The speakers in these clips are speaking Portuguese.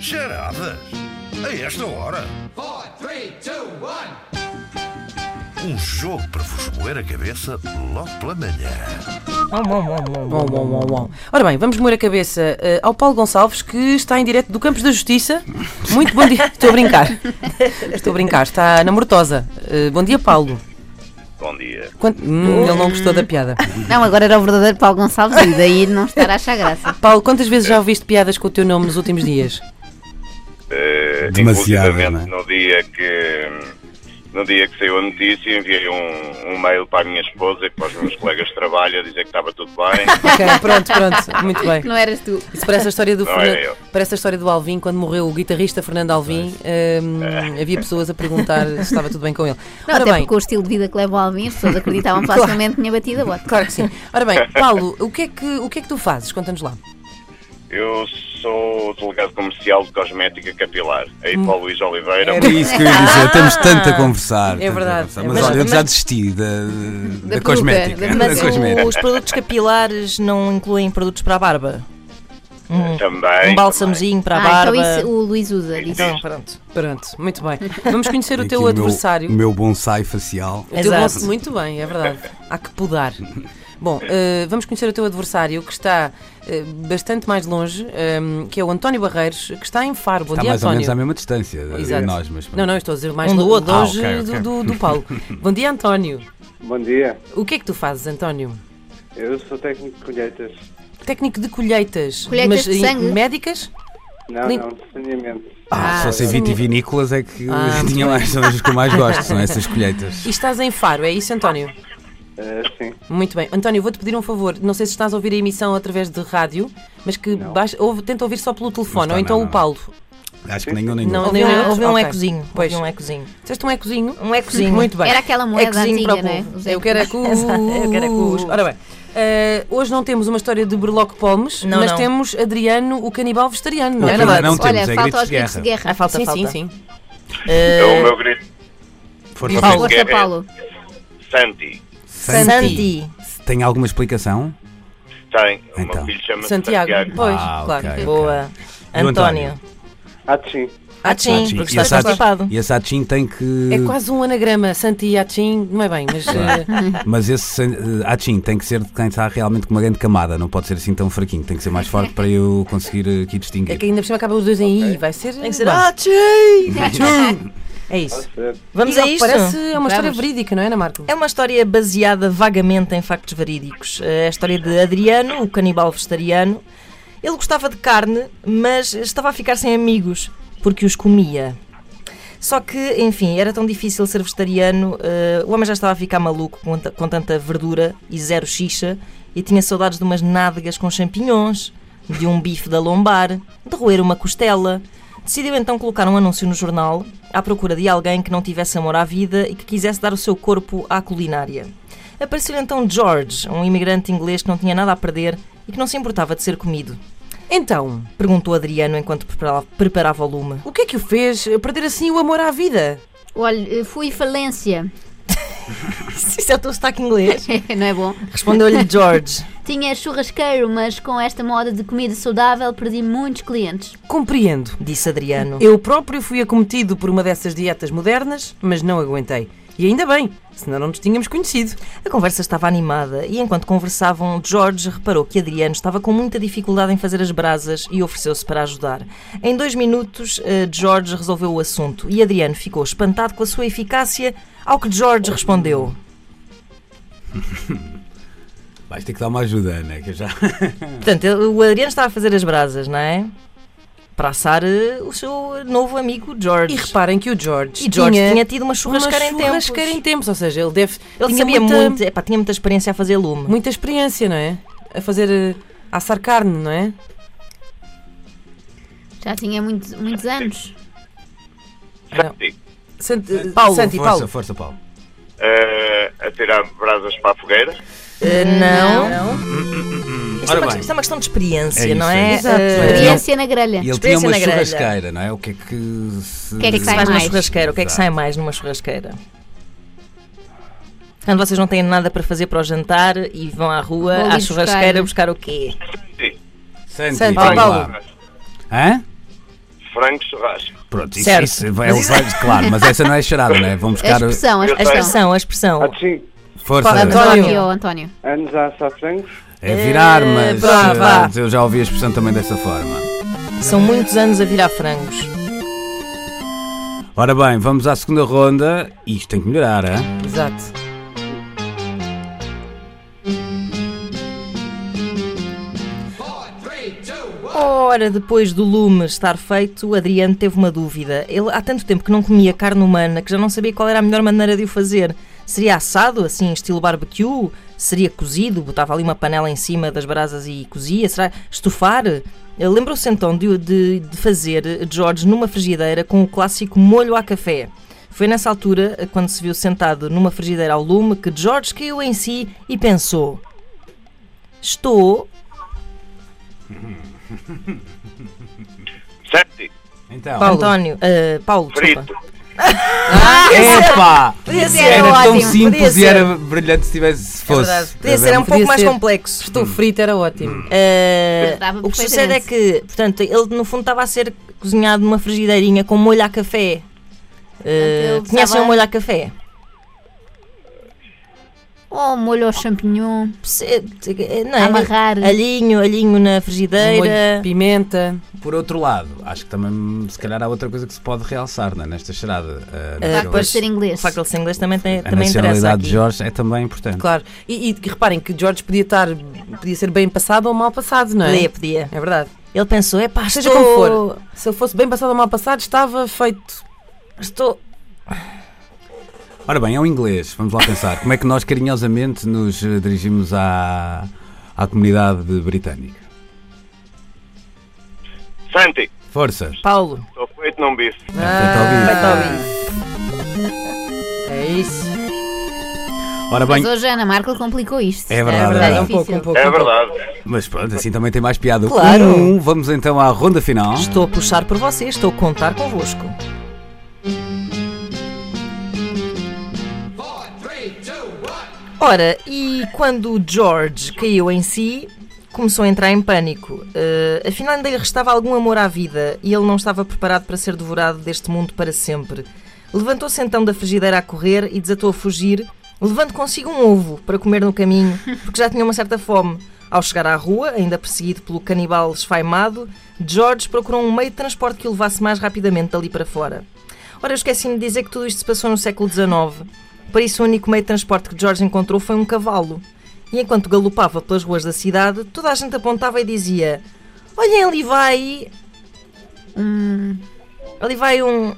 Charadas? A esta hora? Four, three, two, one. Um jogo para vos moer a cabeça logo pela manhã. Bom, bom, bom, bom. Ora bem, vamos moer a cabeça eh, ao Paulo Gonçalves, que está em direto do Campos da Justiça. Muito bom dia. Estou a brincar. Estou a brincar. Está na Mortosa. Eh, bom dia, Paulo. Bom dia. Quant- Hum, ele não gostou da piada. Não, agora era o verdadeiro Paulo Gonçalves e daí não estar a achar graça. Paulo, quantas vezes já ouviste piadas com o teu nome nos últimos dias? Eh, Demasiado, inclusivamente, não é? no dia que no dia que saiu a notícia enviei um, um mail para a minha esposa e para os meus colegas de trabalho a dizer que estava tudo bem. Ok, pronto, pronto. Muito bem. Não eras tu. Isso parece a história do, Não Fernan- é eu. parece a história do Alvin, quando morreu o guitarrista Fernando Alvim, é. hum, havia pessoas a perguntar se estava tudo bem com ele. Não, até porque com o estilo de vida que leva o Alvin, as pessoas acreditavam facilmente que tinha batido a bota. Claro que sim. Ora bem, Paulo, o que é que, o que, é que tu fazes? Conta-nos lá. Eu sou delegado comercial de cosmética capilar. Aí para o Luís Oliveira. Era- É isso que eu ia Ah, dizer, temos tanto a conversar. É tanto a verdade, conversar. é Mas verdade. olha, eu já Mas- desisti da, da, peruca, cosmética. da da Mas é o- cosmética. os produtos capilares não incluem produtos para a barba? Um, Também. um bálsamozinho para a Ah, barba? então isso o Luís usa disso. um Então, pronto. Pronto, muito bem. Vamos conhecer o Aqui teu meu- adversário. O meu bonsai facial. O teu Exato. bom- Muito bem, é verdade. Há que podar. Bom, eh, vamos conhecer o teu adversário que está eh, bastante mais longe, ehm, que é o António Barreiros, que está em Faro. Bom Está dia, mais ou António. menos à mesma distância de- de Exato. nós, mas Não, não, eu estou a dizer mais Um do lo- outro. longe Ah, ok, ok. Do, do Paulo. Bom dia, António. Bom dia, O que é que tu fazes, António? eu sou técnico de colheitas. Técnico de colheitas, Colheitas mas de e- sangue? médicas? Não, Lin- não, de saneamento. Ah, só sei vitivinícolas é que Ah, muito tinha mais, são as que eu mais gosto, são essas colheitas. E estás em Faro, é isso, António? Ah, sim, Muito bem. António, vou-te pedir um favor. Não sei se estás a ouvir a emissão através de rádio, mas que baixa, ouve, tenta ouvir só pelo telefone, Não está, ou então não, o não. Paulo. Acho que nenhum nem Não, outro. nem- Houve Ouviu um, houve um Ok. ecozinho. Pois. Houve um ecozinho. Disseste um ecozinho? Um ecozinho. Muito bem. Era aquela moeda Ecozinho antiga, para o não é? Eu quero é que né? Eu quero é que os- Ora bem. eh, hoje não temos uma história de Berloque Palmes, Não, mas não. temos Adriano, o canibal vegetariano, não O é canibal- não verdade? temos, é Olha, gritos falta aos de gritos de guerra. Ah, falta, sim, falta. Eh, sim, sim. É É O meu grito Força, Paulo. Força, Paulo. Santi. Santi. Santi. Tem alguma explicação? Tem. O meu Então. filho chama-se Santiago. Santiago. Pois, Ah, claro. ok. Boa. E o António? António. Atchim. Atchim, Atchim. porque E estás essa Atchim- constipado. E esse Atchim tem que. É quase um anagrama, Santi Yachin, não é bem, mas eh, Mas esse san- eh, Atchim tem que ser de quem está realmente com uma grande camada, não pode ser assim tão fraquinho, tem que ser mais forte para eu conseguir eh, aqui distinguir. é que ainda por cima acaba os dois em I, vai ser. Tem que "Ah, ser. Ah, Bah, Atchim! é isso. Vamos E, a oh, isto? Parece é uma história Vamos. verídica, não é, Ana Marco? É uma história baseada vagamente em factos verídicos. É a história de Adriano, o canibal vegetariano. Ele gostava de carne, mas estava a ficar sem amigos porque os comia. Só que, enfim, era tão difícil ser vegetariano, eh, o homem já estava a ficar maluco com, ta- com tanta verdura e zero xixa e tinha saudades de umas nádegas com champignons, de um bife da lombar, de roer uma costela. Decidiu então colocar um anúncio no jornal à procura de alguém que não tivesse amor à vida e que quisesse dar o seu corpo à culinária. Apareceu então George, um imigrante inglês que não tinha nada a perder e que não se importava de ser comido. Então, Perguntou Adriano enquanto prepara- preparava o lume. o que é que o fez perder assim o amor à vida? Olha, eh, fui falência. Isso é o teu sotaque inglês? não é bom? Respondeu-lhe George. Tinha churrasqueiro, mas com esta moda de comida saudável perdi muitos clientes. Compreendo. disse Adriano. Eu próprio fui acometido por uma dessas dietas modernas, mas não aguentei. E ainda bem, senão não nos tínhamos conhecido. A conversa estava animada e, enquanto conversavam, George reparou que Adriano estava com muita dificuldade em fazer as brasas e ofereceu-se para ajudar. Em dois minutos, eh, George resolveu o assunto e Adriano ficou espantado com a sua eficácia, ao que George respondeu. Vais ter que dar uma ajuda, Ana, que eu já. Portanto, ele- o Adriano estava a fazer as brasas, não é? Para assar eh, o seu novo amigo George. E reparem que o George, E George tinha, tido uma churrasqueira em uma churrasqueira tempos. em tempos, ou seja, ele deve Ele tinha sabia muita, muito, epá, tinha muita experiência a fazer lume. muita experiência, não é? A fazer eh, a assar carne, não é? Já tinha muitos, muitos anos. Santi. Sant- Paulo, Santi, força, Paulo. força, Paulo. Eh, a tirar brasas para a fogueira. Eh, não. Isto, é Ora uma, bem. isto é uma questão de experiência, É isso, não é é? isso. Exato. Eh, Experiência na grelha. E ele tinha Experiência uma na grelha. churrasqueira, não é? O que é que se. O que é o que é que se faz na mais? churrasqueira? O que é que sai mais numa churrasqueira? Quando vocês não têm nada para fazer para o jantar e vão à rua, Vou ali à churrasqueira, buscar o quê? Santi. Santi, Santi, vamos Paulo. lá. Hã? frango churrasco. Pronto, isso, Certo. isso vai levar, claro, mas essa não é charada, não é? Vamos A buscar expressão, a Eu A expressão. expressão, a expressão. Atchim. força. Fala, António. António, António. Ah, Anos a assar frangos? É virar, mas vá, eh, vá. eu já ouvi a expressão também dessa forma. São muitos anos a virar frangos. Ora bem, vamos à segunda ronda. Isto tem que melhorar, é? Exato. Ora, depois do lume estar feito, o Adriano teve uma dúvida. Ele há tanto tempo que não comia carne humana que já não sabia qual era a melhor maneira de o fazer. Seria assado, assim, estilo barbecue? Seria cozido? Botava ali uma panela em cima das brasas e cozia? Será estufar? Ele Lembrou-se então de, de- de fazer George numa frigideira com o clássico molho a café. Foi nessa altura, eh, quando se viu sentado numa frigideira ao lume, que George caiu em si e pensou: Estou Séptico, Então. Paulo. António, ah, Paulo, frito. Epá! Podia ser, Era Era tão ótimo, simples e podia era brilhante se tivesse se desculpa. É fosse. verdade. Podia ser, é um pouco Podia mais ser. complexo. Estou frito, era ótimo. Ah, Dava o que sucede é perfeitamente. que, portanto, ele no fundo estava a ser cozinhado numa frigideirinha com molho a café. Ah, ele conhecem estava- o molho a café? Oh, molho ao champignon. Se- Não, é? Amarrar. Alhinho, alhinho na Molho frigideira. de pimenta. Por outro lado, acho que também se calhar há outra coisa que se pode realçar não é? nesta charada. Ah, não sei, Apesar de pois, parecer O inglês. facto de ele ser inglês também, tem, a também interessa nacionalidade aqui. de Jorge é também importante. Claro. E, e reparem que George podia estar, podia ser bem passado ou mal passado, não é? Podia, podia. É verdade. Ele pensou, é pá, Seja estou... como for, se ele fosse bem passado ou mal passado, estava feito. Estou... Ora bem, é o inglês. Vamos lá pensar. Como é que nós carinhosamente nos eh, dirigimos à, à comunidade britânica? Santi, Forças! Paulo. estou feito num bife. Ah, É Feito ao vivo. É isso. Ora bem, Mas hoje a Ana Markel complicou isto. É verdade, é verdade. é um pouco, um difícil. pouco. É um pouco. verdade. mas pronto, assim também tem mais piada. Claro. Um, um. vamos então à ronda final. Estou a puxar por vocês, estou a contar convosco. Ora, e quando o George caiu em si, começou a entrar em pânico. Eh, afinal, ainda lhe restava algum amor à vida e ele não estava preparado para ser devorado deste mundo para sempre. Levantou-se então da frigideira a correr e desatou a fugir, levando consigo um ovo para comer no caminho, porque já tinha uma certa fome. Ao chegar à rua, ainda perseguido pelo canibal esfaimado, George procurou um meio de transporte que o levasse mais rapidamente dali para fora. Ora, eu esqueci-me de dizer que tudo isto se passou no século XIX. Para isso, o único meio de transporte que George encontrou foi um cavalo. E enquanto galopava pelas ruas da cidade, toda a gente apontava e dizia: Olhem, ali vai. Hum. Um... Ali vai um.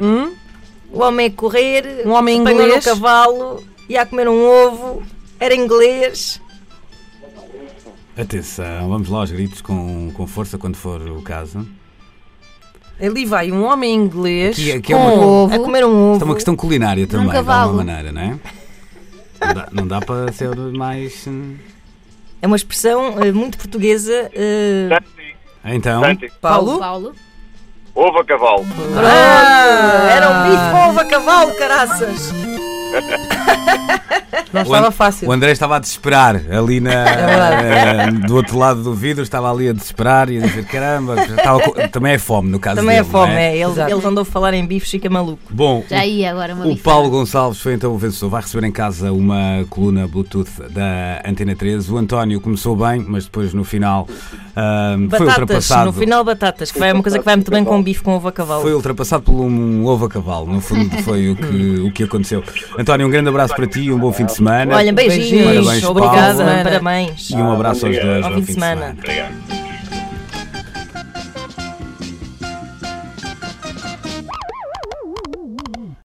hum? O homem a correr, Um homem apanhou inglês. no cavalo, ia a comer um ovo, era inglês. Atenção, vamos lá aos gritos com, com força quando for o caso. Ali vai um homem inglês Aqui- aqui é com uma- Ovo. A comer um ovo. Isto é uma questão culinária também, de alguma cavalo. maneira, não é? Não dá, não dá para ser mais. hum. É uma expressão eh, muito portuguesa. eh, Santi, Então, Santi, Paulo? Paulo. ovo a cavalo. Ah. Era um bife com ovo a cavalo, caraças! não o, estava An- fácil. o André estava a desesperar ali na, É eh, do outro lado do vidro, estava ali a desesperar e a dizer: caramba, estava com- também é fome no caso Também é dele, fome, não é? é. Ele, Exato. ele andou a falar em bifes, fica maluco. Bom, Já ia agora uma O bife. Paulo Gonçalves foi então o vencedor. Vai receber em casa uma coluna Bluetooth da Antena 13. O António começou bem, mas depois no final ahm, foi Batatas, ultrapassado. no final batatas, que vai é uma coisa que vai muito bem com o bife com ovo a cavalo. Foi ultrapassado por um ovo a cavalo. No fundo, foi o que, o que aconteceu. António, um grande abraço para ti, um bom fim de semana. Olha, beijinhos, Parabéns, Paulo. obrigada, Semana. parabéns. E um abraço aos dois. Bom fim de semana. Obrigado.